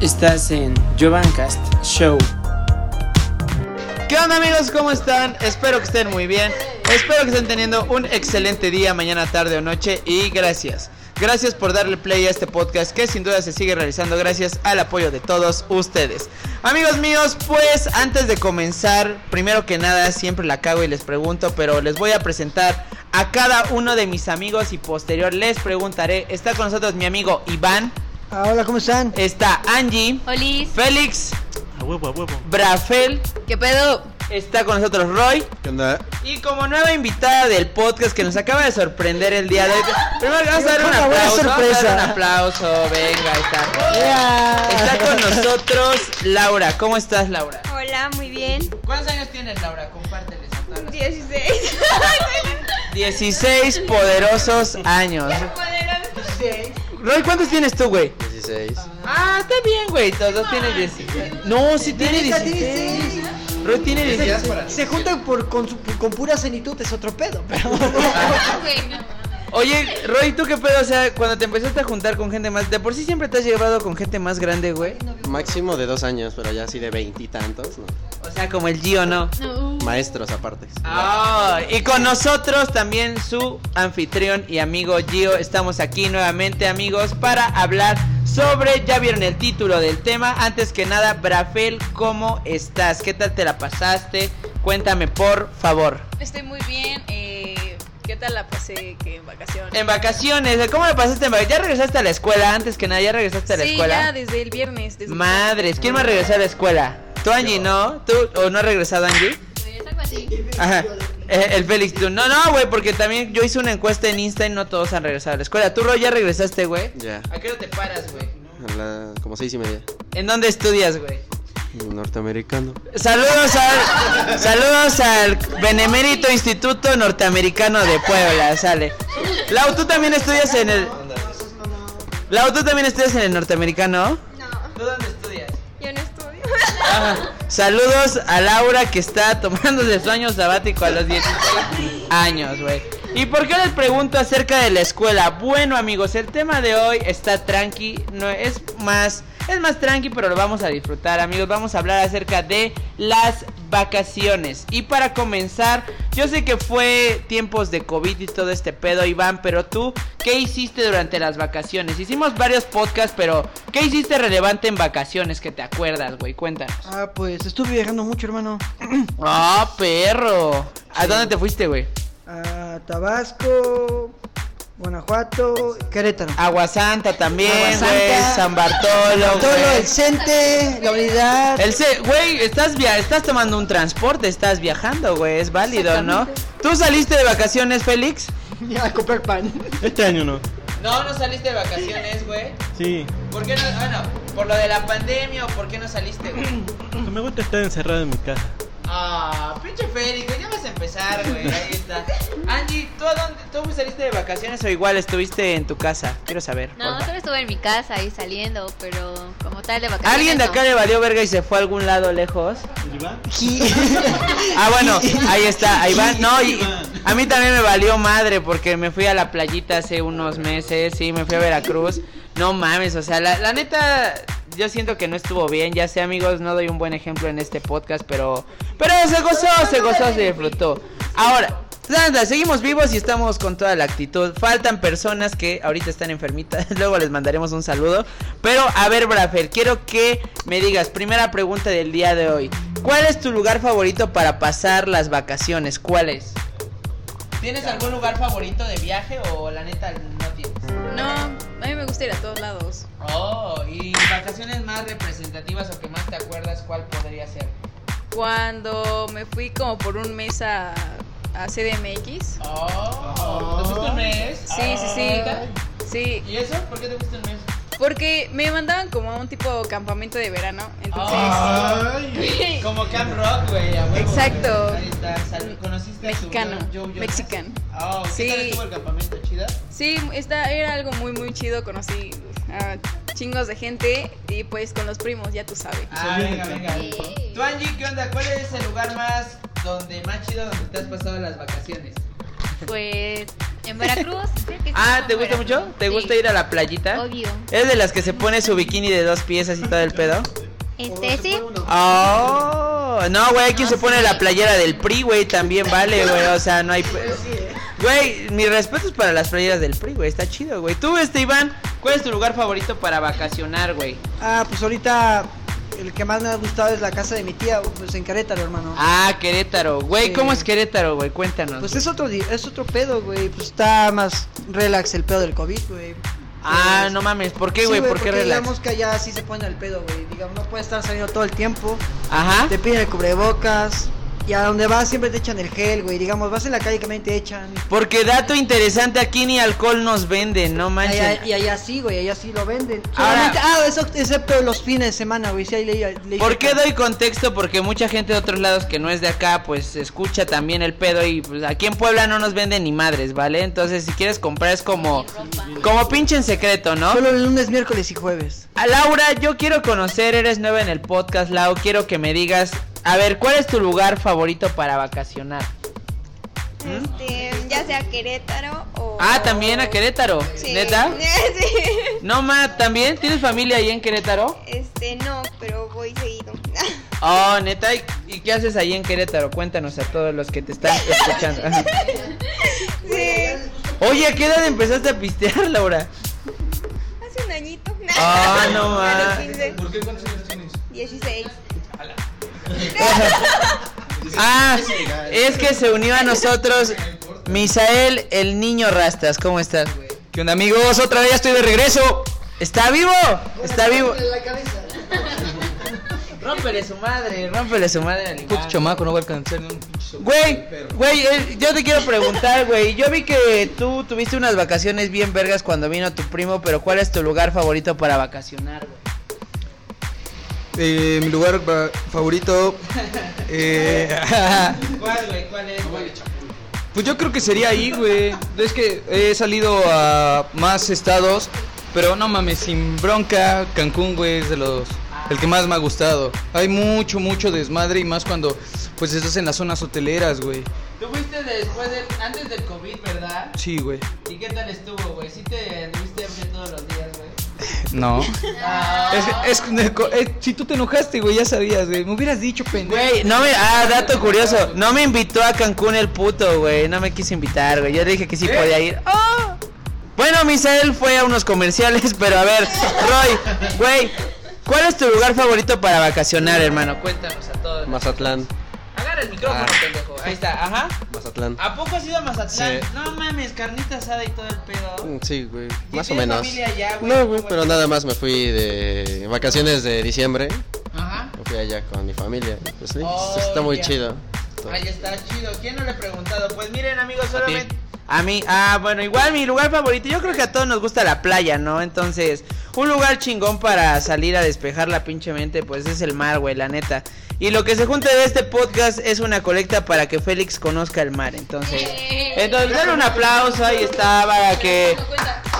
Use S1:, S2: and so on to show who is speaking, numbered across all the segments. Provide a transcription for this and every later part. S1: Estás en Jovancast Show. ¿Qué onda amigos? ¿Cómo están? Espero que estén muy bien. Espero que estén teniendo un excelente día, mañana, tarde o noche. Y gracias. Gracias por darle play a este podcast que sin duda se sigue realizando gracias al apoyo de todos ustedes. Amigos míos, pues antes de comenzar, primero que nada siempre la cago y les pregunto, pero les voy a presentar a cada uno de mis amigos y posterior les preguntaré. Está con nosotros mi amigo Iván,
S2: Ah, hola, ¿cómo están?
S1: está Angie,
S3: Olis,
S1: Félix,
S4: A huevo, a huevo.
S1: Brafel,
S3: ¿qué pedo?
S1: está con nosotros Roy.
S5: ¿eh?
S1: Y como nueva invitada del podcast que nos acaba de sorprender el día de hoy. Primero vamos a dar un
S2: Una buena
S1: aplauso. Vamos a dar un
S2: sorpresa.
S1: aplauso. Venga, ahí está.
S2: Yeah.
S1: Está con nosotros Laura. ¿Cómo estás, Laura?
S6: Hola, muy bien.
S1: ¿Cuántos años tienes, Laura? Compárteles a todos.
S6: 16.
S1: 16 poderosos años. Roy, ¿cuántos tienes tú, güey?
S4: 16.
S1: Ah, está bien, güey. Todos tienen 16. No, sí tiene
S2: Neta,
S1: 16.
S2: tiene
S1: Roy tiene 16.
S2: Se juntan por, con, su- con pura cenitud, es otro pedo. pues. Pero...
S1: Oye, Roy, ¿tú qué pedo? O sea, cuando te empezaste a juntar con gente más... De por sí siempre te has llevado con gente más grande, güey.
S4: Máximo de dos años, pero ya así de veintitantos, ¿no?
S1: O sea, como el Gio, ¿no?
S4: Maestros aparte.
S1: Ah, y con nosotros también su anfitrión y amigo Gio. Estamos aquí nuevamente, amigos, para hablar sobre, ya vieron el título del tema. Antes que nada, Brafel, ¿cómo estás? ¿Qué tal te la pasaste? Cuéntame, por favor.
S3: Estoy muy bien. eh, ¿Qué tal la pasé que en vacaciones?
S1: En vacaciones, ¿cómo la pasaste en vacaciones? ¿Ya regresaste a la escuela? Antes que nada, ¿ya regresaste a la
S3: sí, ya
S1: escuela?
S3: desde el viernes. Desde
S1: Madres, ¿quién más regresó a la escuela? ¿Tú, Angie, no? ¿Tú o no has regresado, Angie? Ajá. Eh, El Félix, tú. No, no, güey, porque también yo hice una encuesta en Insta y no todos han regresado a la escuela. ¿Tú, Roy, ya regresaste, güey?
S4: Ya.
S1: ¿A qué hora te paras, güey?
S4: A la- como seis y media.
S1: ¿En dónde estudias, güey?
S4: Norteamericano.
S1: Saludos al, saludos al Benemérito Instituto Norteamericano de Puebla, sale. Lau, ¿tú también estudias en el... Lau, ¿tú también estudias en el norteamericano?
S6: No,
S1: ¿Tú dónde estudias?
S6: yo no estudio.
S1: Ajá. Ah, Saludos a Laura que está tomándose su año sabático a los 16 años, güey. ¿Y por qué les pregunto acerca de la escuela? Bueno, amigos, el tema de hoy está tranqui, no es más es más tranqui, pero lo vamos a disfrutar, amigos. Vamos a hablar acerca de las vacaciones. Y para comenzar, yo sé que fue tiempos de COVID y todo este pedo, Iván, pero tú, ¿qué hiciste durante las vacaciones? Hicimos varios podcasts, pero ¿qué hiciste relevante en vacaciones que te acuerdas, güey? Cuéntanos.
S2: Ah, pues estuve viajando mucho, hermano.
S1: ¡Ah, perro! ¿A dónde te fuiste, güey?
S2: A Tabasco, Guanajuato, Querétaro.
S1: Aguasanta también,
S2: Aguasanta.
S1: güey. San Bartolo,
S2: Todo
S1: güey.
S2: el CENTE, la unidad.
S1: El se- güey, estás via estás tomando un transporte, estás viajando, güey, es válido, ¿no? ¿Tú saliste de vacaciones, Félix?
S2: A comprar pan.
S5: Este año no.
S1: No, no saliste de vacaciones, güey.
S5: Sí.
S1: ¿Por qué no? Bueno, por lo de la pandemia o por qué no saliste, güey.
S5: No me gusta estar encerrado en mi casa.
S1: Ah, pinche Félix, ya vas a empezar, güey. Ahí está. Angie, ¿tú a dónde tú saliste de vacaciones o igual estuviste en tu casa? Quiero saber.
S7: No,
S1: porfa.
S7: solo estuve en mi casa y saliendo, pero como tal de vacaciones.
S1: ¿Alguien de acá
S7: no.
S1: le valió verga y se fue a algún lado lejos? Ah, bueno, ahí está, ahí va. No, y- a mí también me valió madre porque me fui a la playita hace unos meses, sí, me fui a Veracruz. No mames, o sea, la, la neta, yo siento que no estuvo bien. Ya sé, amigos, no doy un buen ejemplo en este podcast, pero, pero se gozó, se gozó, se disfrutó. Ahora. Nada, seguimos vivos y estamos con toda la actitud. Faltan personas que ahorita están enfermitas, luego les mandaremos un saludo. Pero a ver, Brafel, quiero que me digas, primera pregunta del día de hoy. ¿Cuál es tu lugar favorito para pasar las vacaciones? ¿Cuál es? ¿Tienes algún lugar favorito de viaje o la neta no tienes?
S3: No, a mí me gusta ir a todos lados.
S1: Oh, y vacaciones más representativas o que más te acuerdas, ¿cuál podría ser?
S3: Cuando me fui como por un mes a, a CDMX.
S1: Oh, ¿te gusta un mes? Ah.
S3: Sí, sí, sí. Sí,
S1: ¿Y eso? ¿Por qué te gusta un mes?
S3: porque me mandaban como a un tipo campamento de verano.
S1: Ah.
S3: Entonces,
S1: Ay, como Camp Rock, güey. a huevo.
S3: Exacto.
S1: Ahí está. sal- ¿Conociste a su
S3: Mexicano,
S1: Joe Jonas?
S3: mexicano.
S1: Oh, ¿qué
S3: Sí.
S1: tal estuvo el campamento? ¿Chida?
S3: Sí, esta era algo muy muy chido, conocí a chingos de gente y pues con los primos, ya tú sabes.
S2: Pues
S1: Ah, venga, venga.
S7: Sí.
S1: Tú, Angie, ¿qué onda? ¿Cuál es el lugar más donde más chido donde te has pasado las vacaciones?
S7: Pues En Veracruz, creo que sí,
S1: Ah,
S7: fue
S1: ¿te
S7: en
S1: gusta
S7: Veracruz.
S1: mucho? ¿Te
S7: Sí,
S1: gusta ir a la playita?
S7: Obvio.
S1: ¿Es de las que se pone su bikini de dos piezas y todo el pedo?
S7: Este sí.
S1: Oh, no, güey, hay quien
S7: No,
S1: se pone
S7: sí.
S1: la playera del PRI, güey, también vale, güey, o sea, no hay... pe- Güey, mis respetos para las playeras del PRI, güey, está chido, güey. Tú, este, Iván, ¿cuál es tu lugar favorito para vacacionar, güey?
S2: Ah, pues ahorita el que más me ha gustado es la casa de mi tía, pues en Querétaro, hermano.
S1: Ah, Querétaro, güey,
S2: Sí.
S1: ¿cómo es Querétaro, güey? Cuéntanos.
S2: Pues
S1: güey.
S2: es otro, di- es otro pedo, güey. Pues está más relax el pedo del COVID, güey.
S1: Ah,
S2: Pues-
S1: no mames, ¿por qué,
S2: Sí,
S1: güey? ¿Por
S2: porque
S1: qué relax?
S2: Digamos que allá sí se ponen al pedo, güey. Digamos, no puedes estar saliendo todo el tiempo.
S1: Ajá.
S2: Te piden el cubrebocas. Y a donde vas siempre te echan el gel, güey. Digamos, vas en la calle que también te echan.
S1: Porque dato interesante, aquí ni alcohol nos venden, no
S2: Y
S1: manches.
S2: allá, y allá sí, güey, allá sí lo venden.
S1: Ahora-
S2: Solamente- ah, eso- excepto los fines de semana, güey. Sí, ahí le, le-
S1: ¿Por qué doy contexto? Porque mucha gente de otros lados que no es de acá, pues escucha también el pedo y pues aquí en Puebla no nos venden ni madres, ¿vale? Entonces si quieres comprar es como, como pinche en secreto, ¿no?
S2: Solo el lunes, miércoles y jueves.
S1: A Laura, yo quiero conocer, eres nueva en el podcast, Lau, quiero que me digas, a ver, ¿cuál es tu lugar favorito para vacacionar?
S6: Este, ya sea Querétaro o.
S1: Ah, también a Querétaro,
S6: Oh. Sí.
S1: ¿neta?
S6: Sí.
S1: No, ma, ¿también? ¿Tienes familia ahí en Querétaro?
S6: Este, no, pero voy seguido.
S1: Oh, neta, ¿y- ¿y qué haces ahí en Querétaro? Cuéntanos a todos los que te están escuchando.
S6: Sí.
S1: Oye, ¿a qué edad empezaste a pistear, Laura?
S6: Hace un añito.
S1: Ah, no
S6: A los
S1: más.
S6: 15. ¿Por qué cuántos años tienes? 16.
S1: Ah, es que se unió a nosotros Misael, el niño Rastas. ¿Cómo estás?
S8: ¿Qué onda amigos? Otra vez ya estoy de regreso.
S1: ¿Está vivo? ¿Está vivo? Rómpele su madre, rómpele su madre al
S8: Puto
S1: Iván.
S8: chamaco, no voy a alcanzar ni un pinche sopa.
S1: Güey, güey, eh, yo te quiero preguntar, güey. Yo vi que tú tuviste unas vacaciones bien vergas cuando vino tu primo, pero ¿cuál es tu lugar favorito para vacacionar, güey?
S8: Eh, mi lugar pa- favorito. eh,
S1: ¿Cuál, güey? ¿Cuál es?
S8: pues yo creo que sería ahí, güey. Es que he salido a más estados, pero no mames, sin bronca, Cancún, güey, es de los. El que más me ha gustado. Hay mucho, mucho desmadre y más cuando pues estás en las zonas hoteleras, güey.
S1: Tú fuiste después del, antes del COVID, ¿verdad?
S8: Sí, güey.
S1: ¿Y qué tal estuvo, güey? ¿Sí te anduviste bien todos los días, güey? Ah.
S8: No. Es, es- eh, si tú te enojaste, güey, ya sabías, güey. Me hubieras dicho, pendejo.
S1: Güey, no me. Ah, dato curioso. No me invitó a Cancún el puto, güey. No me quiso invitar, güey. Yo le dije que
S8: ¿Eh?
S1: sí podía ir. ¡Ah! Bueno, Misael fue a unos comerciales, pero a ver, Roy, güey, ¿cuál es tu lugar favorito para vacacionar, hermano? Cuéntanos a todos.
S4: Mazatlán,
S1: Agarra el micrófono, pendejo. Ahí está, ajá.
S4: Mazatlán.
S1: ¿A poco has ido a Mazatlán?
S4: Sí.
S1: No mames, carnita asada y todo el pedo.
S4: Mm, Sí, güey, más o
S1: tienes
S4: menos.
S1: familia allá, güey?
S4: No, güey, pero nada más me fui de vacaciones de diciembre.
S1: Ajá.
S4: Me fui allá con mi familia. Pues sí,
S1: Oh,
S4: está muy
S1: ya.
S4: chido.
S1: Ahí está, chido. ¿Quién no le ha preguntado? Pues miren, amigos, solamente. A mí, ah, bueno, igual mi lugar favorito. Yo creo que a todos nos gusta la playa, ¿no? Entonces, un lugar chingón para salir a despejar la pinche mente, pues es el mar, güey, la neta. Y lo que se junta de este podcast es una colecta para que Félix conozca el mar. Entonces, entonces dale un aplauso, ahí está, para que,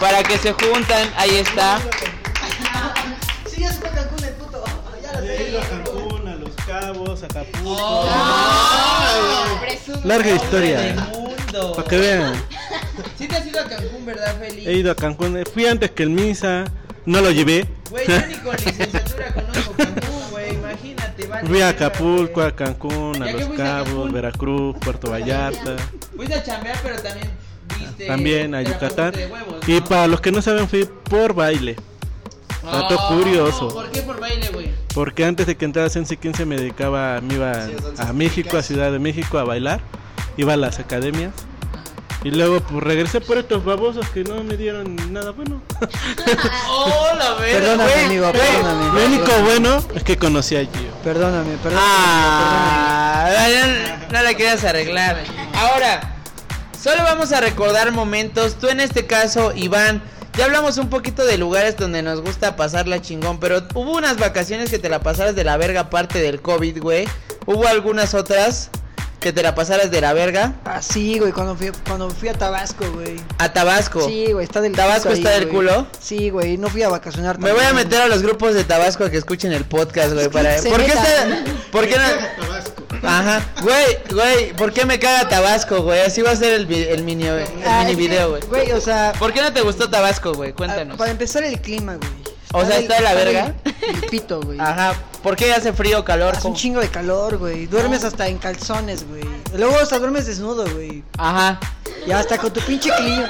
S1: para que se juntan, ahí está.
S2: Sí, ya se fue a Cancún el puto. Ya la
S5: He
S2: tengo.
S5: ido a Cancún, a Los Cabos, a Acapulco. Larga
S1: Del
S5: historia.
S1: mundo.
S5: Para que vean.
S1: Sí te has ido a Cancún, ¿verdad, Félix?
S5: He ido a Cancún. eh, Fui antes que el Misa. No lo llevé.
S1: Güey, yo ni con licenciatura conozco Cancún, güey, imagínate, vale.
S5: Fui a
S1: verga,
S5: Acapulco,
S1: güey.
S5: a Cancún,
S1: ¿Y a
S5: a
S1: qué
S5: Los
S1: fuiste a Cancún?
S5: Cabos, Veracruz, Puerto Vallarta.
S1: Fuiste a chambear, pero también viste.
S5: También a
S1: te la
S5: Yucatán.
S1: pasaste de huevos,
S5: Y
S1: ¿no?
S5: para los que no saben, fui por baile. Dato
S1: Oh,
S5: curioso.
S1: ¿Por qué por baile, güey?
S5: Porque antes de que entrara Sense 15 me dedicaba, me iba a México, a Ciudad de México a bailar, iba a las academias. Y luego pues, regresé por estos babosos que no me dieron nada bueno.
S1: ¡Oh, la verga!
S2: Perdóname,
S1: güey,
S2: amigo,
S1: güey.
S2: perdóname.
S5: Lo único bueno es que conocí a Gio.
S2: Perdóname, perdóname.
S1: Ah, no, no la quieras arreglar. Ahora, solo vamos a recordar momentos. Tú en este caso, Iván, ya hablamos un poquito de lugares donde nos gusta pasarla chingón, pero hubo unas vacaciones que te la pasaras de la verga aparte del COVID, güey. Hubo algunas otras que te la pasaras de la verga
S2: Ah, sí, güey, cuando fui, cuando fui a Tabasco, güey.
S1: a Tabasco.
S2: Sí, güey, está del
S1: ¿Tabasco
S2: culo
S1: está del
S2: güey.
S1: culo?
S2: Sí, güey, no fui a vacacionar.
S1: Me voy a meter a los grupos de Tabasco a que escuchen el podcast, güey, para
S2: Se
S1: ¿Por qué
S2: metan.
S1: está- por qué no? Ajá. Güey, güey, ¿por qué me caga Tabasco, güey? Así va a ser el, vi- el mini, el
S2: Ah, es
S1: mini
S2: que,
S1: video, güey.
S2: Güey, o sea,
S1: ¿Por qué no te gustó Tabasco, güey?
S2: a-
S1: Cuéntanos.
S2: para empezar el clima, güey.
S1: O sea, está de la verga. Ah,
S2: El pito, güey.
S1: Ajá. ¿Por qué hace frío, calor?
S2: Hace un
S1: ¿Cómo?
S2: chingo de calor, güey.
S1: Ah.
S2: Duermes hasta en calzones, güey. Luego hasta duermes desnudo, güey.
S1: Ajá.
S2: Y hasta con tu pinche clima.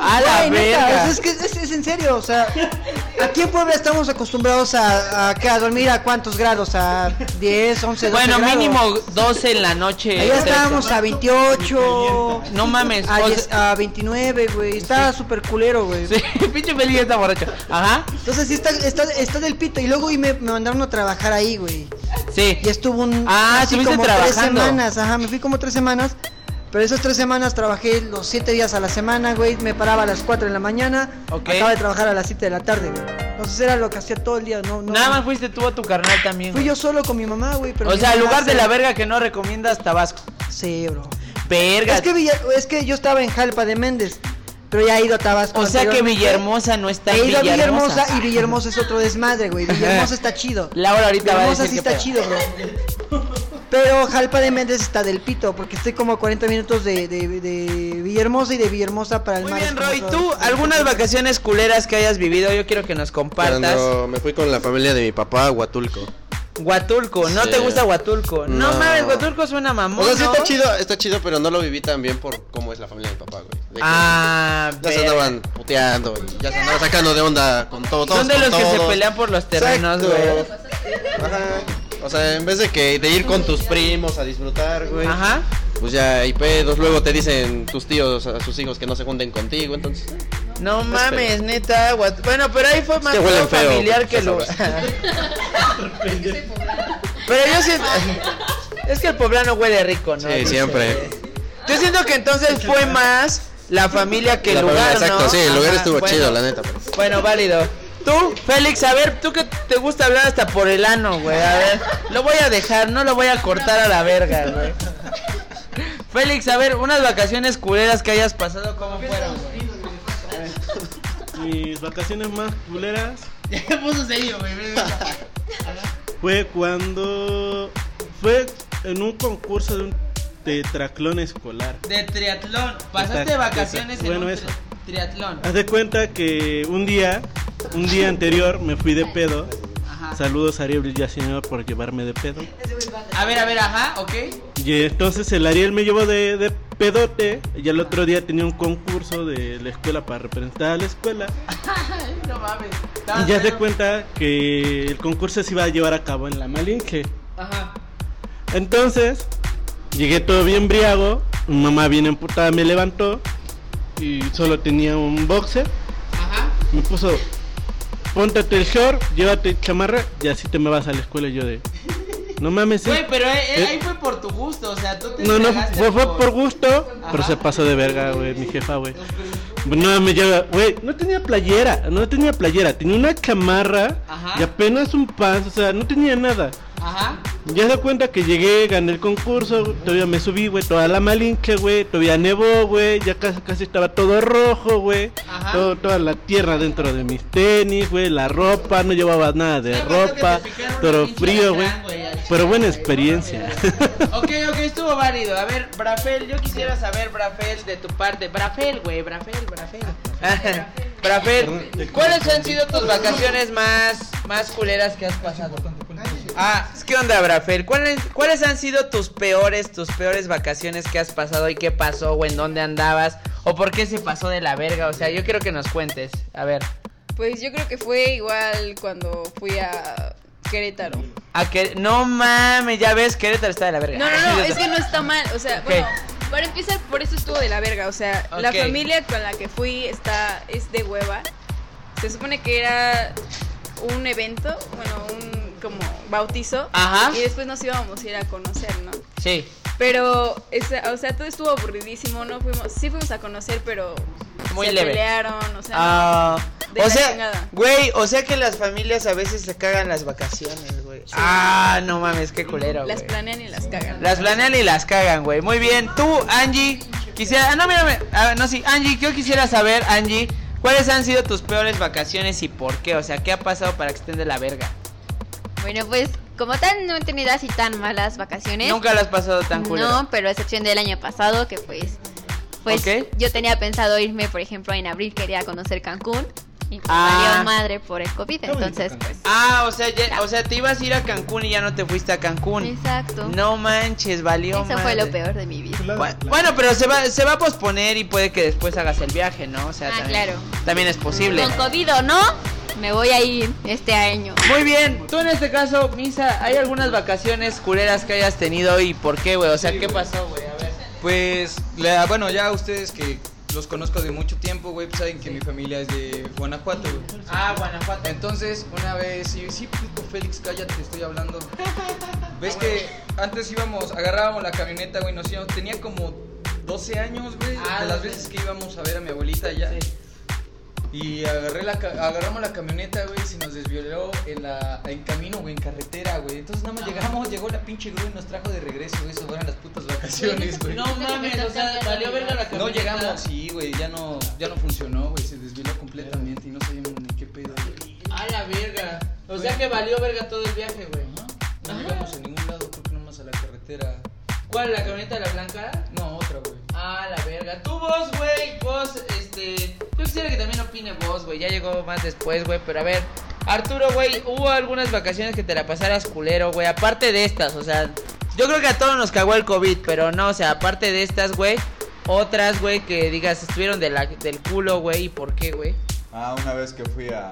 S1: A la
S2: Güey, neta,
S1: verga.
S2: Es, es que es, es en serio, o sea, aquí en Puebla estamos acostumbrados a, a, que- a dormir a cuántos grados, a 10, 11, 12
S1: Bueno,
S2: grados.
S1: mínimo 12 en la noche.
S2: Allá estábamos a 28,
S1: No mames.
S2: a,
S1: o
S2: 10
S1: sea-
S2: a 29, güey. Está súper culero, güey.
S1: Sí, pinche Feli ya está borracho. Ajá.
S2: Entonces sí está, está, está del pito. Y luego y me, me mandaron a trabajar ahí, güey.
S1: Sí.
S2: Y estuvo un.
S1: Ah,
S2: así
S1: estuviste
S2: como tres
S1: trabajando.
S2: semanas. Ajá, me fui como tres semanas. Pero esas tres semanas trabajé los siete días a la semana, güey. Me paraba a las 4 de la mañana.
S1: Ok.
S2: Acaba de trabajar a las 7 de la tarde, güey. Entonces era lo que hacía todo el día, ¿no? no
S1: Nada más fuiste tú a tu carnal también.
S2: Fui
S1: güey.
S2: yo solo con mi mamá, güey. Pero
S1: O
S2: mi
S1: sea, el
S2: mamá
S1: lugar de
S2: se-
S1: la verga que no recomiendas, Tabasco.
S2: Sí, bro.
S1: Verga.
S2: Es que, Villa- es que yo estaba en Jalpa de Méndez. Pero ya he ido a Tabasco.
S1: o sea que
S2: anteriormente.
S1: Villahermosa no está
S2: He
S1: en
S2: ido a
S1: Villahermosa.
S2: Villahermosa y Villahermosa es otro desmadre, güey. Villahermosa está chido.
S1: Laura ahorita va a
S2: Villahermosa
S1: decir
S2: sí
S1: qué
S2: está
S1: pedo.
S2: chido, bro. Pero Jalpa de Méndez está del pito, porque estoy como a 40 minutos de, de, de Villahermosa y de Villahermosa para el
S1: Muy
S2: mar.
S1: bien,
S2: es como
S1: Roy.
S2: otro-
S1: ¿Tú algunas vacaciones culeras que hayas vivido? Yo quiero que nos compartas.
S4: Cuando me fui con la familia de mi papá a Huatulco.
S1: Huatulco. ¿No
S4: Sí.
S1: te gusta Huatulco? No,
S4: No.
S1: mames, Huatulco suena
S4: O
S1: mamón,
S4: sea, sí
S1: ¿no?
S4: está chido, está chido, pero no lo viví tan bien por cómo es la familia de mi papá, güey. De que
S1: Ah,
S4: Ya se
S1: verga.
S4: andaban puteando, y ya se andaban sacando de onda con todo, todos.
S1: Son de
S4: con
S1: los que se
S4: todos.
S1: pelean por los terrenos,
S4: Exacto.
S1: güey.
S4: Ajá. O sea, en vez de que de ir con tus primos a disfrutar, güey.
S1: Ajá.
S4: Pues ya hay pedos, luego te dicen tus tíos a sus hijos que no se junten contigo, entonces.
S1: No mames, neta. Huat- Bueno, pero ahí fue más
S4: que huelen
S1: pedo
S4: feo,
S1: familiar que
S4: ya
S1: lo.
S4: sabes.
S1: pero yo siento. Es que el poblano huele rico, ¿no?
S4: Sí, siempre.
S1: Yo siento que entonces fue más la familia que el
S4: La
S1: lugar,
S4: familia, exacto,
S1: ¿no?
S4: sí, el lugar estuvo
S1: bueno.
S4: chido, la neta.
S1: Bueno, válido. Tú, Félix, a ver, tú que te gusta hablar hasta por el ano, güey. A ver, lo voy a dejar, no lo voy a cortar a la verga, güey. Félix, a ver, unas vacaciones culeras que hayas pasado, ¿cómo fueron? güey?
S5: Mis vacaciones más culeras
S1: Ya me puso serio, güey. ve, ve.
S5: fue cuando fue en un concurso de un tetraclón escolar.
S1: De triatlón.
S5: Exacto,
S1: Pasaste vacaciones
S5: exacto.
S1: en
S5: Bueno,
S1: un
S5: eso.
S1: tri- triatlón.
S5: Haz de cuenta que un día, un día anterior me fui de pedo.
S1: Ajá.
S5: Saludos a Ariel Yacinero por llevarme de pedo.
S1: A ver, a ver, ajá, ok.
S5: Y entonces el Ariel me llevó de, de pedote y al otro día tenía un concurso de la escuela para representar a la escuela.
S1: No mames.
S5: Y ya se cuenta que el concurso se iba a llevar a cabo en la Malinche.
S1: Ajá.
S5: Entonces, llegué todo bien briago, mi mamá bien emputada me levantó y solo tenía un boxer.
S1: Ajá.
S5: Me puso, póntate el short, llévate chamarra y así te me vas a la escuela y yo de... No mames, sí".
S1: Güey, pero eh, eh,
S5: ¿Eh?
S1: ahí fue por tu gusto, o sea, tú te
S5: No, no,
S1: entregaste
S5: fue, fue por gusto, pero
S1: Ajá.
S5: se pasó de verga, güey, mi jefa, güey. No, me lleva, güey, no tenía playera, no tenía playera, tenía una chamarra
S1: Ajá.
S5: y apenas un pan, o sea, no tenía nada.
S1: Ajá.
S5: Ya se da cuenta que llegué, gané el concurso, güey, todavía me subí, güey, toda la malinche, güey, todavía nevó, güey, ya casi, casi estaba todo rojo, güey,
S1: Ajá.
S5: todo- toda la tierra dentro de mis tenis, güey, la ropa, no llevaba nada de
S1: Ya pasó que
S5: ropa,
S1: te picaron
S5: todo
S1: una pinche
S5: frío, güey,
S1: alacrán, güey, al
S5: pero buena experiencia.
S1: Ok, ok, estuvo válido. A ver, Brafel, yo quisiera saber, Brafel, de tu parte. Brafel, güey, Brafel, Brafel. Brafel, ¿cuáles han sido tus vacaciones más, más culeras que has pasado? Ah, ¿qué onda, Brafel? ¿Cuáles, ¿Cuáles han sido tus peores, tus peores vacaciones que has pasado y qué pasó o en dónde andabas o por qué se pasó de la verga? O sea, yo quiero que nos cuentes. A ver,
S3: Pues yo creo que fue igual cuando fui a Querétaro.
S1: a que no mames, ya ves, Querétaro está de la verga.
S3: No, no, no, es que no está mal. O sea,
S1: Ah, Ok.
S3: bueno, para empezar, por eso estuvo de la verga. O sea, la
S1: Ok.
S3: familia con la que fui está, es de hueva. Se supone que era un evento, bueno, un como bautizo.
S1: Ajá.
S3: Y después nos íbamos a ir a conocer, ¿no?
S1: Sí.
S3: Pero, esa- o sea, todo estuvo aburridísimo. No fuimos, sí fuimos a conocer, pero
S1: Muy
S3: se
S1: leve.
S3: pelearon, o sea.
S1: Ah,
S3: De
S1: o
S3: la
S1: sea,
S3: chingada.
S1: güey, o sea que las familias a veces se cagan las vacaciones, güey. Ah, no mames, qué culero,
S3: Las
S1: güey.
S3: planean y las cagan.
S1: Las planean y las cagan, güey. Muy bien, tú, Angie, quisiera... Ah, no, mírame, ah, no, sí, Angie, yo quisiera saber, Angie, ¿cuáles han sido tus peores vacaciones y por qué? O sea, ¿qué ha pasado para que estén de la verga?
S7: Bueno, pues como tal, no he tenido así tan malas vacaciones.
S1: Nunca lo has pasado tan culero.
S7: No, pero a excepción del año pasado, que pues. Pues
S1: Ok.
S7: yo tenía pensado irme, por ejemplo, en abril, quería conocer Cancún. Y pues
S1: Ah.
S7: valió madre por el COVID,
S5: bonito
S7: entonces pues.
S1: Ah, o sea, ya- o sea, te ibas a ir a Cancún y ya no te fuiste a Cancún.
S7: pues, Exacto.
S1: No manches, valió
S7: Eso fue lo
S1: madre.
S7: peor de mi vida.
S1: Bu- Bueno, pero se va, se va a posponer y puede que después hagas el viaje, ¿no? O sea,
S7: Ah,
S1: también,
S7: claro.
S1: también es posible.
S7: Con COVID o no, me voy a ir este año.
S1: Muy bien, tú en este caso, Misa, ¿hay algunas vacaciones cureras que hayas tenido y por qué, güey? O sea,
S8: Sí,
S1: ¿qué
S8: güey.
S1: pasó, güey? Ah, A ver.
S8: Pues, la- bueno, ya ustedes que los conozco de mucho tiempo, güey, pues saben que mi familia es de Guanajuato, güey.
S1: Ah, Guanajuato.
S8: Entonces, una vez, sí, sí, puto Félix, cállate, te estoy hablando. ¿Ves que antes íbamos, agarrábamos la camioneta, güey, nos íbamos, tenía como 12 años, güey,
S1: Ah,
S8: de las
S1: 12.
S8: veces que íbamos a ver a mi abuelita allá.
S1: Sí.
S8: Y agarré la, ca- agarramos la camioneta, güey, se nos desvioló en, la, en camino, güey, en carretera, güey. Entonces nada más
S1: Ah.
S8: llegamos, llegó la pinche grúa y nos trajo de regreso, güey, eso fueron las putas vacaciones, güey.
S1: No mames, o sea, valió verga la camioneta.
S8: No llegamos, sí, güey, ya no, ya no funcionó, güey, se desvió completamente y no sabíamos ni qué pedo. güey.
S1: A la verga. O sea que valió verga todo el viaje, güey.
S8: No
S1: Ah.
S8: llegamos a ningún lado, creo que nomás a la carretera.
S1: ¿Cuál? ¿La camioneta de la blanca?
S8: No, otra, güey.
S1: Ah, la verga. Tú vos, güey, vos, este... Yo quisiera que también opine vos, güey. Ya llegó más después, güey, pero a ver. Arturo, güey, hubo algunas vacaciones que te la pasaras culero, güey. Aparte de estas, o sea... Yo creo que a todos nos cagó el COVID, pero no, o sea, aparte de estas, güey. Otras, güey, que digas, estuvieron de la- del culo, güey, ¿y por qué, güey?
S9: Ah, una vez que fui a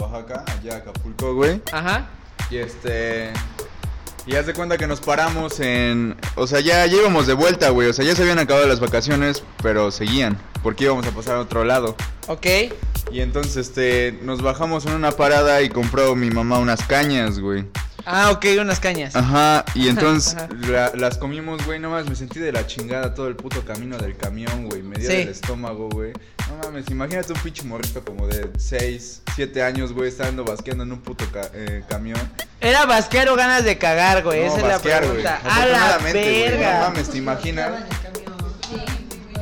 S9: Oaxaca, allá a Acapulco, güey.
S1: Ajá.
S9: Y este. Y haz de cuenta que nos paramos en. O sea, ya, ya íbamos de vuelta, güey. O sea, ya se habían acabado las vacaciones, pero seguían. Porque íbamos a pasar a otro lado.
S1: Ok.
S9: Y entonces, este. Nos bajamos en una parada y compró mi mamá unas cañas, güey.
S1: Ah, ok, unas cañas.
S9: Ajá. Y entonces
S1: Ajá.
S9: la- las comimos, güey. No mames, me sentí de la chingada todo el puto camino del camión, güey. Me dio
S1: Sí.
S9: del estómago, güey. No mames, imagínate un pinche morrito como de 6, 7 años, güey, estando basqueando en un puto ca- eh, camión.
S1: Era basquear o ganas de cagar, güey.
S9: No,
S1: Esa es la
S9: basquear, güey.
S1: pregunta. A la
S9: Afortunadamente, güey,
S1: verga.
S9: No mames, ¿te imaginas?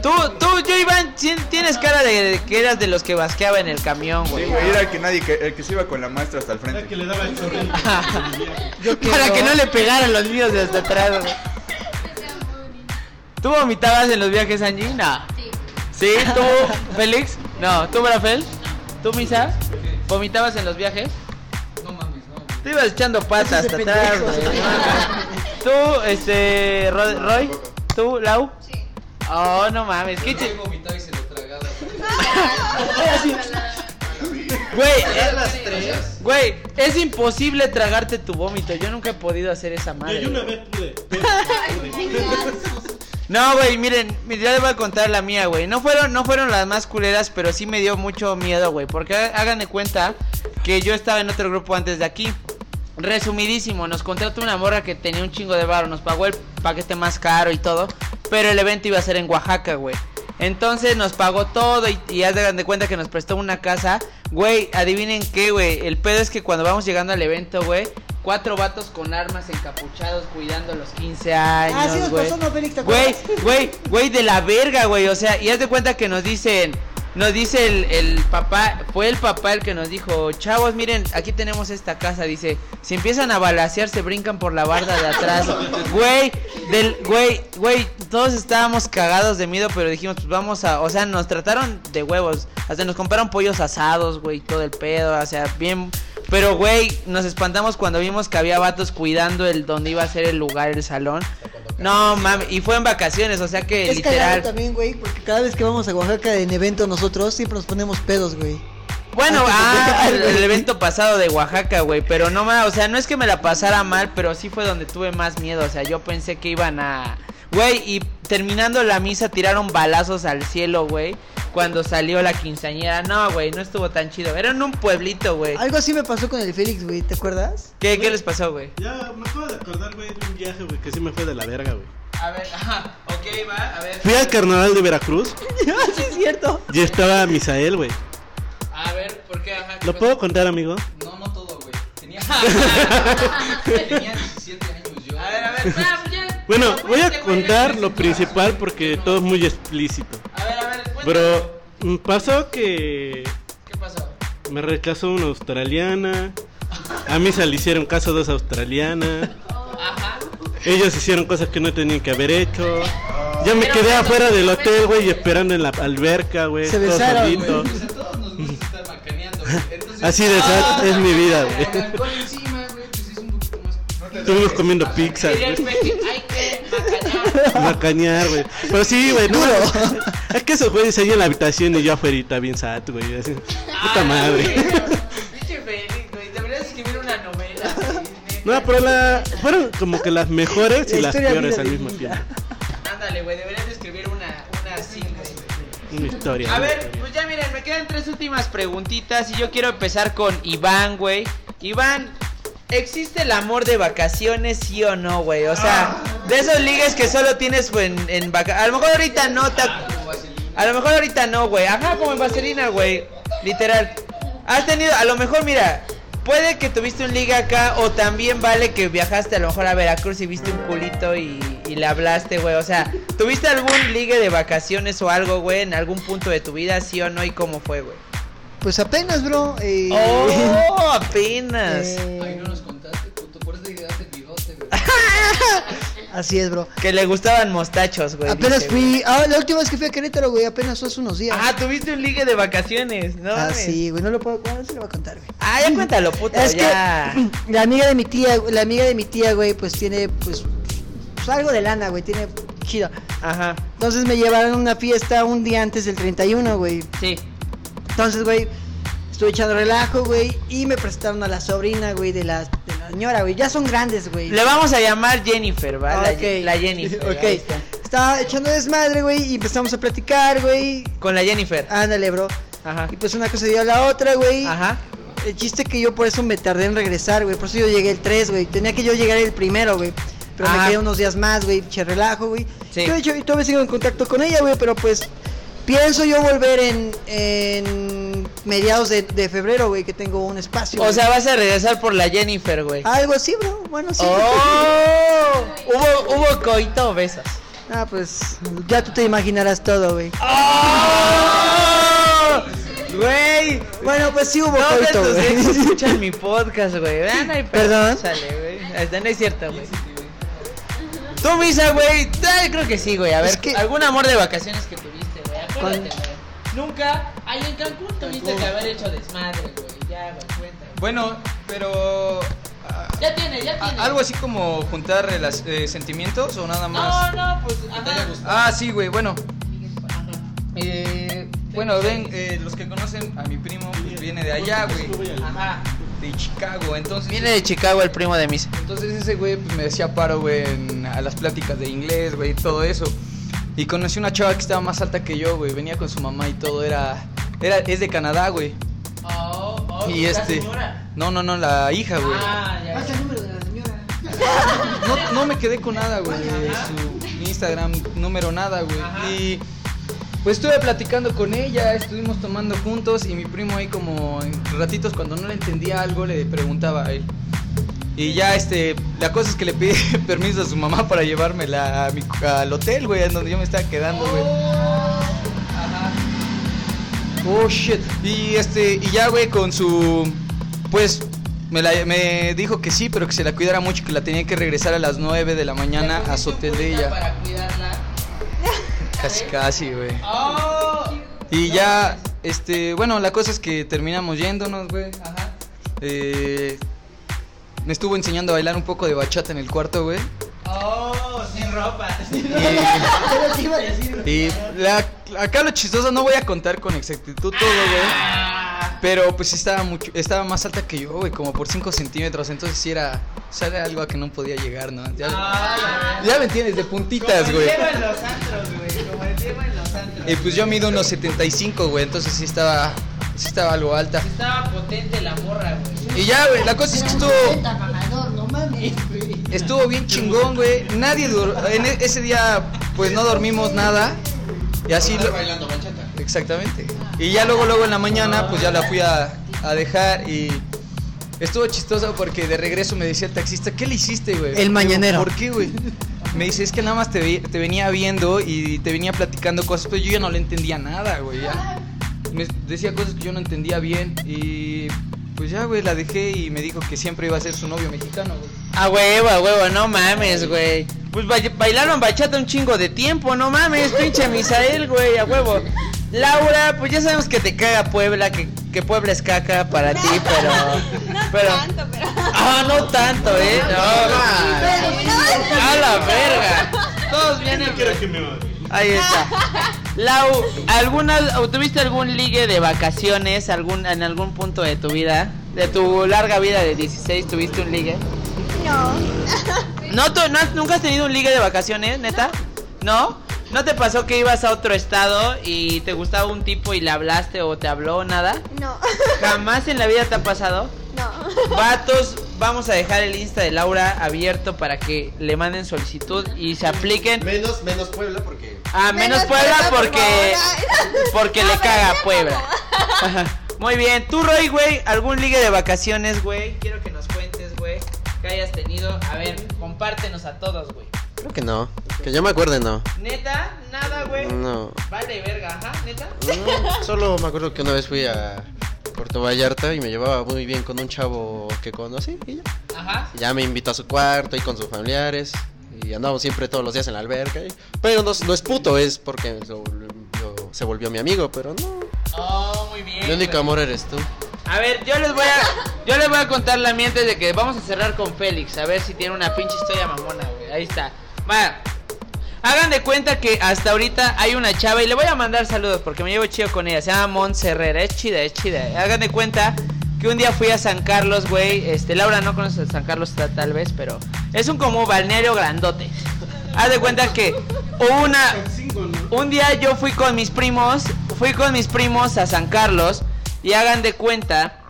S1: Tú, tú, yo Iván, ti- tienes cara de, de que eras de los que basqueaba en el camión,
S9: Sí,
S1: güey.
S9: güey, era el que nadie, que- el que se iba con la maestra hasta el
S5: Era que
S9: frente.
S5: le daba el chorrito.
S1: Para que no le pegaran los míos desde atrás, güey. ¿Tú vomitabas en los viajes, Angie? No.
S7: Sí.
S1: ¿Sí? ¿Tú, Félix? No. ¿Tú, Brafel? ¿Tú, Misa? ¿Vomitabas en los viajes?
S8: No mames, no, güey.
S1: Te ibas echando patas hasta atrás, güey. ¿Tú, este, Ro- Roy? ¿Tú, Lau?
S6: Sí.
S1: Oh, no mames. ¿Qué chi-
S8: Yo vomitaba y se lo tragaba, güey.
S1: Güey, eh, Güey, es imposible tragarte tu vómito. Yo nunca he podido hacer esa
S5: Yo,
S1: madre.
S5: yo una
S1: güey.
S5: vez pude.
S1: No, güey, miren, mi- ya les voy a contar la mía, güey. No fueron, no fueron las más culeras, pero sí me dio mucho miedo, güey. Porque ha- hagan de cuenta que yo estaba en otro grupo antes de aquí. Resumidísimo, nos contrató una morra que tenía un chingo de barro, nos pagó el paquete más caro y todo, pero el evento iba a ser en Oaxaca, güey. Entonces nos pagó todo y, y hagan de cuenta que nos prestó una casa. Güey, adivinen qué, güey. El pedo es que cuando vamos llegando al evento, güey, cuatro vatos con armas encapuchados cuidando los 15 años.
S2: Ah, sí nos
S1: güey.
S2: pasó, ¿no, Félix? ¿Te
S1: Güey,
S2: acuerdas?
S1: güey, güey, de la verga, güey. O sea, y haz de cuenta que nos dicen, nos dice el, el papá, fue el papá el que nos dijo, chavos, miren, aquí tenemos esta casa. Dice, si empiezan a balasear, se brincan por la barda de atrás. güey, del, güey, güey, todos estábamos cagados de miedo, pero dijimos, pues vamos a, o sea, nos trataron de huevos. Hasta nos compraron pollos asados, güey, todo el pedo, o sea, bien. Pero, güey, nos espantamos cuando vimos que había vatos cuidando el donde iba a ser el lugar, el salón. No, mami, y fue en vacaciones, o sea que
S2: Es cagado
S1: literal.
S2: también, güey, porque cada vez que vamos a Oaxaca en evento nosotros siempre nos ponemos pedos, güey.
S1: Bueno,
S2: Antes de
S1: ah,
S2: llegar,
S1: el,
S2: güey.
S1: el evento pasado de Oaxaca, güey, pero no más, o sea, no es que me la pasara mal, pero sí fue donde tuve más miedo, o sea, yo pensé que iban a... Güey, y terminando la misa tiraron balazos al cielo, güey, cuando salió la quinceañera. No, güey, no estuvo tan chido. Era en un pueblito, güey.
S2: Algo así me pasó con el Félix, güey, ¿te acuerdas?
S1: ¿Qué, ¿Qué les pasó, güey?
S5: Ya me acabo de acordar, güey, de un viaje, güey, que sí me fue de la verga, güey.
S1: A ver, ajá, ok, va, a ver.
S5: Fui al carnaval de Veracruz
S2: Ah, sí es cierto.
S5: y estaba Misael, güey.
S1: A ver, ¿por qué? Ajá,
S5: ¿Lo puedo contar, amigo?
S8: No, no todo, güey. Tenía, tenía 17 años yo.
S1: A ver, a ver,
S5: Bueno, voy a contar lo principal porque todo es muy explícito.
S1: A ver, a ver,
S5: Pero mm, pasó que
S1: ¿Qué pasó?
S5: me rechazó una australiana. A mí se le hicieron caso dos australianas. Ellos hicieron cosas que no tenían que haber hecho. Yo me
S3: Pero
S5: quedé
S3: bueno,
S5: afuera del
S3: bueno.
S5: hotel, güey, esperando en la alberca, güey.
S2: Se
S5: todo
S2: besaron,
S5: solito.
S2: güey.
S10: Pues a todos nos gusta estar macaneando, güey. Entonces,
S5: Así de sad es mi vida, güey.
S10: el alcohol encima, güey, pues es un poquito más. No te
S5: Estuvimos comiendo pizza,
S1: Sería el
S5: güey.
S1: peje, hay que macañar.
S5: Macañar, güey. Pero sí, güey, duro. Es que esos güeyes ahí en la habitación y yo afuerita bien sat, güey. Así, puta madre.
S1: Ah, Pinche Félix, güey. Deberías escribir una novela. güey, neta.
S5: No, pero la... fueron como que las mejores y
S2: La
S5: las
S2: historia
S5: peores
S2: vida
S5: al
S2: de
S5: mismo
S2: mi
S5: tiempo.
S2: vida.
S1: Ándale, güey. Deberías de escribir una, una así, güey.
S5: Una historia.
S1: A
S5: una
S1: ver,
S5: historia.
S1: pues ya miren, me quedan tres últimas preguntitas y yo quiero empezar con Iván, güey. Iván, ¿existe el amor de vacaciones, sí o no, güey? O sea,
S5: Ah.
S1: de esos ligues que solo tienes güey, en, en vacaciones. A lo mejor ahorita no te...
S5: Ah,
S1: A lo mejor ahorita no, güey. Ajá, como en vaselina, güey. Literal. Has tenido, a lo mejor, mira, puede que tuviste un ligue acá o también vale que viajaste a lo mejor a Veracruz y viste un culito y, y le hablaste, güey. O sea, ¿tuviste algún ligue de vacaciones o algo, güey, en algún punto de tu vida, sí o no? ¿Y cómo fue, güey?
S2: Pues apenas, bro. eh,
S1: ¡Oh, apenas!
S2: eh,
S10: Ay, no nos contaste, puto. Por eso te quedaste bigote, güey.
S2: así es, bro.
S1: Que le gustaban mostachos, güey.
S2: Apenas
S1: dice, güey.
S2: fui. Ah, la última vez que fui a Querétaro, güey, apenas fue hace unos días.
S1: Ah, tuviste un ligue de vacaciones, ¿no?
S2: Ah,
S1: mames?
S2: sí, güey, no lo puedo. ¿Cómo se lo va a contar, güey?
S1: Ah, ya cuéntalo, puto,
S2: Es
S1: ya.
S2: que la amiga de mi tía, la amiga de mi tía, güey, pues tiene, pues, pues, algo de lana, güey, tiene chido.
S1: Ajá,
S2: Entonces me llevaron a una fiesta un día antes del 31, güey.
S1: sí.
S2: Entonces, güey, estuve echando relajo, güey, y me presentaron a la sobrina, güey, de la, de la señora, güey. Ya son grandes, güey.
S1: Le vamos a llamar Jennifer, ¿va? La-
S2: Ok.
S1: La, Jennifer. ahí
S2: Ok.
S1: está.
S2: Estaba echando desmadre, güey, y empezamos a platicar, güey.
S1: Con la Jennifer.
S2: Ándale, bro.
S1: Ajá.
S2: Y pues una cosa dio a la otra, güey.
S1: Ajá.
S2: El chiste que yo por eso me tardé en regresar, güey. Por eso yo llegué el 3, güey. Tenía que yo llegar el primero, güey. Pero
S1: Ah.
S2: me quedé unos días más, güey. Che relajo, güey.
S1: Sí.
S2: Yo, de hecho, todavía sigo en contacto con ella, güey. Pero pues pienso yo volver en, en mediados de, de febrero, güey. Que tengo un espacio.
S1: O
S2: güey.
S1: sea, vas a regresar por la Jennifer, güey.
S2: Algo así, bro. Bueno, sí.
S1: ¡Oh! Hubo, hubo coito o besos.
S2: Ah, pues ya tú te imaginarás todo, güey.
S1: ¡Oh! Güey.
S2: Bueno, pues sí hubo
S1: No de
S2: coito,
S1: tus ex
S2: güey.
S1: escuchan mi podcast, güey. Ah, no hay pedo,
S2: ¿Perdón?
S1: Sale, güey. Ahí está, no es cierto, güey. Tú, Misa, güey. Ay, creo que sí, güey. A ver,
S2: Es que-
S1: algún amor de vacaciones que tuviste, güey. Acuérdate, güey. Nunca. Ay, en Cancún tuviste que haber hecho desmadre, güey. Ya, güey, cuenta. güey.
S8: Bueno, pero. ah,
S1: Ya tiene, ya tiene.
S8: a- ¿Algo así como juntar relac- eh, sentimientos o nada
S1: No,
S8: más?
S1: no, pues. Ajá.
S8: Ah, sí, güey, bueno. Eh, bueno, ven, eh, los que conocen a mi primo, pues viene de allá, güey.
S1: Ajá.
S8: De Chicago, entonces.
S1: Viene de Chicago el primo de Misa.
S8: Entonces ese güey pues, me hacía paro, güey, en- a las pláticas de inglés, güey, y todo eso. Y conocí una chava que estaba más alta que yo, güey. Venía con su mamá y todo. Era, era es de Canadá, güey.
S1: Oh, oh,
S8: y
S1: la
S8: este,
S1: señora.
S8: no, no, no, la hija, güey.
S1: Ah, ya, ya.
S8: No, no me quedé con nada, güey, de su Instagram número nada,
S1: Ajá.
S8: güey. Y pues estuve platicando con ella, estuvimos tomando juntos y mi primo ahí como en ratitos cuando no le entendía algo le preguntaba a él. Y ya este, la cosa es que le pedí permiso a su mamá para llevármela a mi, al hotel, güey, en donde yo me estaba quedando, güey. Oh shit. Y este, y ya, güey, con su. Pues me, la- me dijo que sí, pero que se la cuidara mucho, que la tenía que regresar a las 9 de la mañana a su hotel de ella.
S1: Para cuidarla.
S8: Casi, casi, güey.
S1: Oh.
S8: Y ya, este, bueno, la cosa es que terminamos yéndonos, güey.
S1: Ajá.
S8: Eh, me estuvo enseñando a bailar un poco de bachata en el cuarto, güey.
S1: Oh, sin ropa.
S8: Y la- acá lo chistoso, no voy a contar con exactitud todo, güey. Pero pues estaba mucho, estaba más alta que yo, güey, como por 5 centímetros. Entonces sí era, o sea, era algo a que no podía llegar, ¿no? Ya, ya me entiendes, de puntitas, güey.
S1: en los antros, güey. Como el tema en los antros.
S8: Y pues yo mido unos 75, güey, entonces sí estaba, sí estaba algo alta.
S1: Estaba potente la morra, güey.
S8: Y ya, güey, la cosa es que estuvo, estuvo bien chingón, güey. Nadie dur- en e- ese día, pues no dormimos nada. Y así lo-
S10: Bailando bachata.
S8: Exactamente. Y ya luego, luego en la mañana, pues ya la fui a, a dejar y estuvo chistoso porque de regreso me decía el taxista, ¿qué le hiciste, güey?
S2: El mañanero.
S8: Digo, ¿Por qué, güey? Me dice, es que nada más te, ve- te venía viendo y te venía platicando cosas, pero yo ya no le entendía nada, güey. ya. Me decía cosas que yo no entendía bien y Pues ya, güey, la dejé y me dijo que siempre iba a ser su novio mexicano, güey.
S1: A huevo, a huevo, no mames, güey. Pues ba- bailaron bachata un chingo de tiempo, no mames, pinche Misael, güey, a huevo. Laura, pues ya sabemos que te caga Puebla, que, que Puebla es caca para ti, pero. pero... tanto, pero. Ah, no tanto, eh. No, ma. A la verga. Todos vienen. Ahí está. Lau, ¿alguna, o ¿tuviste algún ligue de vacaciones algún, en algún punto de tu vida? De tu larga vida de 16, ¿tuviste un ligue?
S6: No.
S1: ¿No, tu- no has- ¿Nunca has tenido un ligue de vacaciones, neta? ¿No? ¿No te pasó que ibas a otro estado y te gustaba un tipo y le hablaste o te habló o nada?
S6: No.
S1: ¿Jamás en la vida te ha pasado?
S6: No.
S1: Vatos, vamos a dejar el Insta de Laura abierto para que le manden solicitud y se apliquen.
S11: Menos, menos Puebla porque.
S1: Ah, menos,
S11: Menos
S1: Puebla,
S11: Puebla, por
S1: porque porque le caga a Puebla. Ajá. Muy bien, tú Roy, güey, algún ligue de vacaciones, güey. Quiero que nos cuentes, güey, que hayas tenido. A ver, compártenos a todos, güey.
S4: Creo que no. Que yo me acuerde, no.
S1: Neta, nada, güey.
S4: No.
S1: Vale, verga, ajá, neta.
S4: Solo me acuerdo que una vez fui a Puerto Vallarta y me llevaba muy bien con un chavo que conocí y ya.
S1: Ajá.
S4: Ya me invitó a su cuarto y con sus familiares. Y andábamos siempre todos los días en la alberca. y- Pero no, no es puto, es porque se volvió, se volvió mi amigo, pero no.
S1: Oh, muy bien.
S4: Mi único amor eres tú.
S1: A ver, yo les voy a yo les voy a contar la mía antes de que vamos a cerrar con Félix, a ver si tiene una pinche historia mamona, güey. Ahí está. Va. Hagan de cuenta que hasta ahorita hay una chava y le voy a mandar saludos porque me llevo chido con ella. Se llama Montse Herrera, es chida, es chida. eh. Hagan de cuenta que un día fui a San Carlos, güey. Este, Laura no conoce a San Carlos ta- tal vez, pero es un como balneario grandote. Haz de cuenta que una un día yo fui con mis primos, fui con mis primos a San Carlos y hagan de cuenta,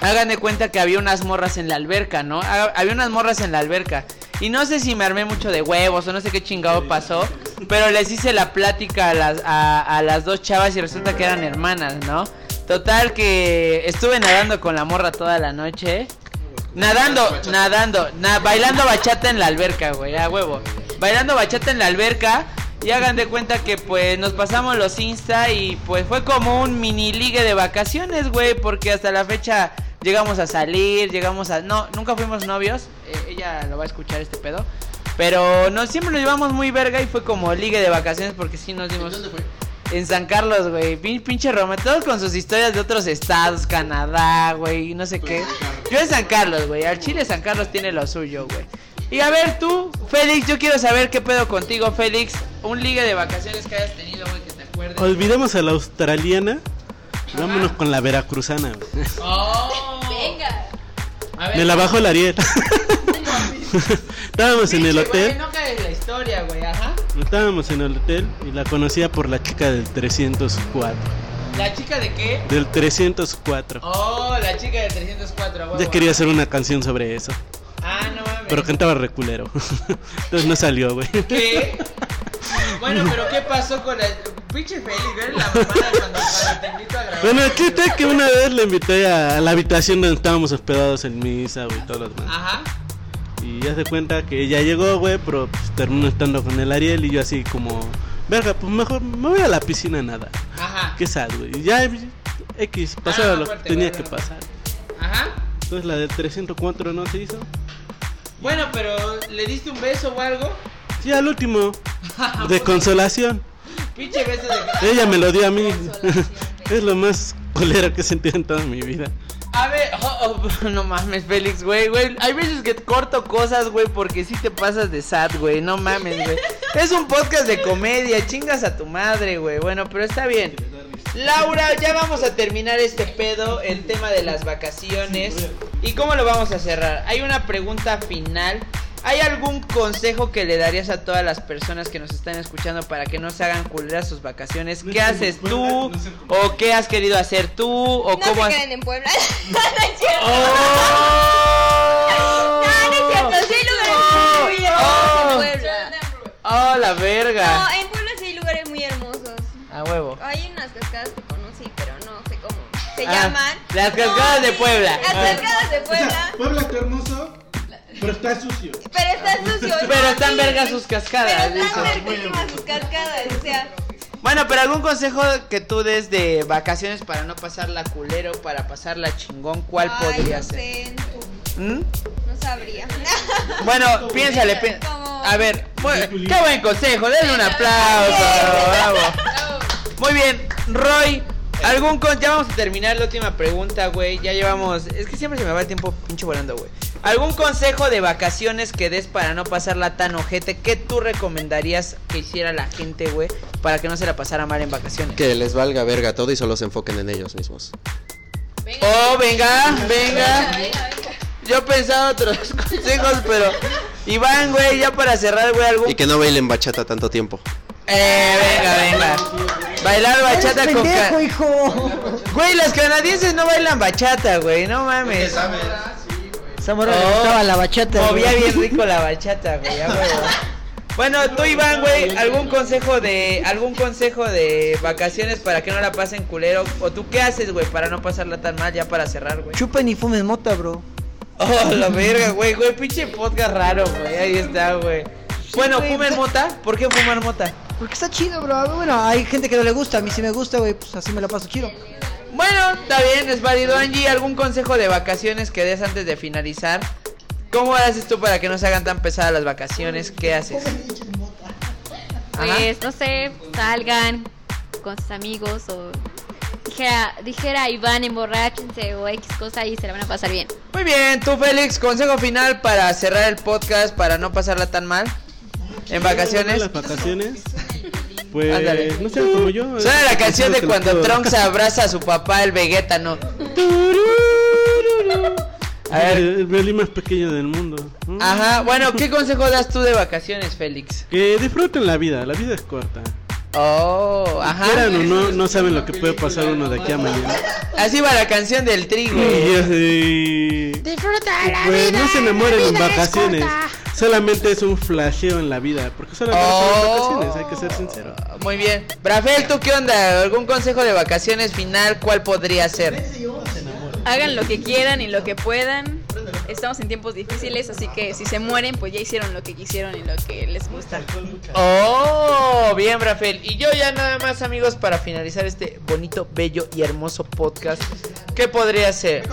S1: hagan de cuenta que había unas morras en la alberca, ¿no? Ha- Había unas morras en la alberca y no sé si me armé mucho de huevos o no sé qué chingado pasó, pero les hice la plática a las a- a las dos chavas y resulta que eran hermanas, ¿no? Total que estuve nadando con la morra toda la noche. Nadando, nadando, na- bailando bachata en la alberca, güey, a huevo. Bailando bachata en la alberca y hagan de cuenta que pues nos pasamos los Insta y pues fue como un mini ligue de vacaciones, güey, porque hasta la fecha llegamos a salir, llegamos a... No, nunca fuimos novios, eh, ella lo va a escuchar este pedo, pero no, siempre nos llevamos muy verga y fue como ligue de vacaciones porque sí nos dimos... En San Carlos, güey. Pin- Pinche Roma. Todos con sus historias de otros estados. Canadá, güey. No sé qué. Yo en Pues, San Carlos, güey. Al Chile San Carlos tiene lo suyo, güey. Y a ver tú, Félix. Yo quiero saber qué pedo contigo, Félix. Un ligue de vacaciones que hayas tenido, güey. Que te acuerdes.
S5: Olvidemos a la australiana. y Vámonos con la veracruzana. güey.
S1: Oh.
S7: Venga.
S1: A ver,
S5: Me la bajo el Ariel. Estábamos en el
S1: pinche, güey,
S5: hotel.
S1: No caes la historia, güey. Ajá.
S5: Estábamos en el hotel y la conocía por la chica del 304.
S1: ¿La chica de qué?
S5: Del 304.
S1: Oh, la chica de 304, güey.
S5: Ya quería hacer una canción sobre eso.
S1: Ah, no mames.
S5: Pero cantaba reculero. Entonces no salió, güey.
S1: ¿Qué? Bueno, pero ¿qué pasó con la. Pinche Félix, ¿ves la mamada cuando, cuando te invito a grabar?
S5: Bueno, aquí está que una vez le invité a, a la habitación donde estábamos hospedados en misa, güey, y todo lo demás.
S1: Ajá.
S5: Y ya se cuenta que ella llegó, güey, pero pues, terminó estando con el Ariel y yo así como, verga, pues mejor me voy a la piscina nada.
S1: Ajá. Ah,
S5: Qué sad, güey. Y Ya eh, X, pasaba lo que
S1: fuerte,
S5: tenía
S1: güey,
S5: que pasar.
S1: Ajá.
S5: Entonces la del 304 no se hizo.
S1: Bueno, pero ¿le diste un beso o algo?
S5: Sí, al último,
S1: Ah, pues,
S5: de consolación.
S1: Pinche beso de.
S5: Ella me lo dio a mí. es lo más colero que he sentido en toda mi vida.
S1: A ver, oh, oh, no mames, Félix, güey, güey. Hay veces que corto cosas, güey, porque sí te pasas de sad, güey. No mames, güey. Es un podcast de comedia, chingas a tu madre, güey. Bueno, pero está bien. Laura, ya vamos a terminar este pedo, el tema de las vacaciones. ¿Y cómo lo vamos a cerrar? Hay una pregunta final. ¿Hay algún consejo que le darías a todas las personas que nos están escuchando para que no se hagan culeras sus vacaciones? ¿Qué haces tú? ¿O qué has querido hacer tú? ¿O
S6: No
S1: cómo
S6: se
S1: has...
S6: queden en Puebla. no es cierto.
S1: ¡Oh!
S6: No, no es cierto. Sí hay lugares muy hermosos en Puebla.
S1: ¡Oh, la verga!
S6: No, en Puebla sí hay lugares muy hermosos.
S1: A huevo.
S6: Hay unas cascadas que conocí, pero no sé cómo se
S1: Ah,
S6: llaman.
S1: Las cascadas de Puebla. Ah.
S6: Las cascadas de Puebla.
S10: Pues,
S12: Puebla está hermoso, pero está sucio.
S6: Pero está sucio.
S1: Pero
S6: ¿no?
S1: están
S6: Sí,
S1: vergas sus cascadas.
S6: Pero están
S1: dices.
S6: verguísimas sus cascadas. O sea,
S1: Bueno, pero algún consejo que tú des de vacaciones para no pasarla culero, para pasarla chingón, ¿cuál
S6: Ay,
S1: podría
S6: no
S1: ser?
S6: sé,
S1: ¿Mm?
S6: no sabría.
S1: Bueno, piénsale, pi- a ver, muy- qué buen consejo, denle un aplauso, bravo. Muy bien, Roy, algún con- ya vamos a terminar la última pregunta, güey, ya llevamos, es que siempre se me va el tiempo pinche volando, güey. ¿Algún consejo de vacaciones que des para no pasarla tan ojete? ¿Qué tú recomendarías que hiciera la gente, güey, para que no se la pasara mal en vacaciones?
S4: Que les valga verga todo y solo se enfoquen en ellos mismos.
S1: Oh, venga, venga. Yo pensaba otros consejos, pero Iván, güey, ya para cerrar, güey, algún
S4: Y que no bailen bachata tanto tiempo.
S1: Eh, venga, venga. Bailar bachata
S2: Eres
S1: con
S2: pendejo,
S1: ca-
S2: hijo.
S1: Güey, las canadienses no bailan bachata, güey, no mames. Oh,
S2: Zamora le gustaba la bachata,
S1: Movía
S2: güey.
S1: bien rico la bachata, güey, a huevo. Bueno, tú Iván, güey, algún consejo de algún consejo de vacaciones para que no la pasen culero o tú qué haces, güey, para no pasarla tan mal ya para cerrar, güey.
S2: Chupen y fumen mota, bro.
S1: Oh, la verga, güey, güey, pinche podcast raro, güey. Ahí está, güey. Bueno, ¿fumen mota? ¿Por qué fumar mota?
S2: Porque está chido, bro. Bueno, hay gente que no le gusta. A mí sí me gusta, güey. Pues así me la paso chido.
S1: Bueno, está bien, es válido. Angie, ¿algún consejo de vacaciones que des antes de finalizar? ¿Cómo haces tú para que no se hagan tan pesadas las vacaciones? ¿Qué haces? Ajá.
S7: Pues no sé, salgan con sus amigos o dijera, dijera Iván emborráchense o X cosa y se la van a pasar bien.
S1: Muy bien, tú Félix, consejo final para cerrar el podcast, para no pasarla tan mal en vacaciones.
S5: Las vacaciones. Pues
S1: Ándale.
S5: no sean como yo.
S1: Suena la canción de
S5: Creo que lo
S1: cuando
S5: puedo-
S1: Trunks abraza a su papá, el Vegeta, ¿no? A ver. Ah.
S5: El, el violín más pequeño del mundo.
S1: Ajá, bueno, ¿qué consejo das tú de vacaciones, Félix?
S5: Que disfruten la vida, la vida es corta.
S1: Oh, ajá.
S5: Quieran o no, no saben lo que puede pasar uno de aquí a mañana.
S1: Así va la canción del trigo.
S5: Y yo así,
S1: Disfruta
S5: Pues no se enamoren en vacaciones. Solamente es un flasheo en la vida. Porque solamente
S1: Oh.
S5: son vacaciones, hay que ser sincero.
S1: Muy bien. Rafael, ¿tú qué onda? ¿Algún consejo de vacaciones final? ¿Cuál podría ser?
S3: Hagan lo que quieran y lo que puedan. Estamos en tiempos difíciles, así que si se mueren, pues ya hicieron lo que quisieron y lo que les gusta.
S1: Oh, bien, Rafael. Y yo ya nada más, amigos, para finalizar este bonito, bello y hermoso podcast, ¿qué podría ser?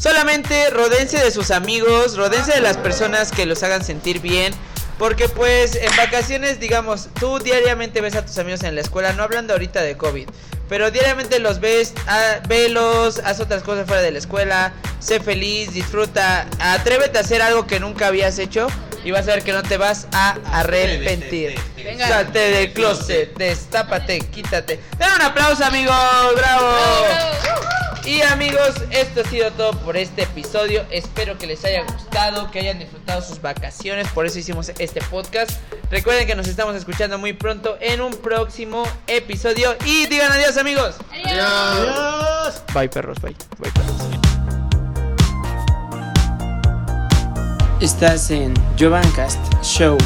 S1: Solamente rodense de sus amigos, rodense de las personas que los hagan sentir bien. Porque pues en vacaciones, digamos, tú diariamente ves a tus amigos en la escuela, no hablando ahorita de COVID, pero diariamente los ves, ah, velos, haz otras cosas fuera de la escuela, sé feliz, disfruta, atrévete a hacer algo que nunca habías hecho y vas a ver que no te vas a arrepentir.
S3: Venga.
S1: Salte del closet, destápate, quítate. Dale un aplauso, amigos, bravo. Y amigos, esto ha sido todo por este episodio. Espero que les haya gustado, que hayan disfrutado sus vacaciones. Por eso hicimos este podcast. Recuerden que nos estamos escuchando muy pronto en un próximo episodio. Y digan adiós, amigos.
S4: Adiós.
S1: Bye, perros, bye. Bye, perros.
S11: Estás en Jovancast Show.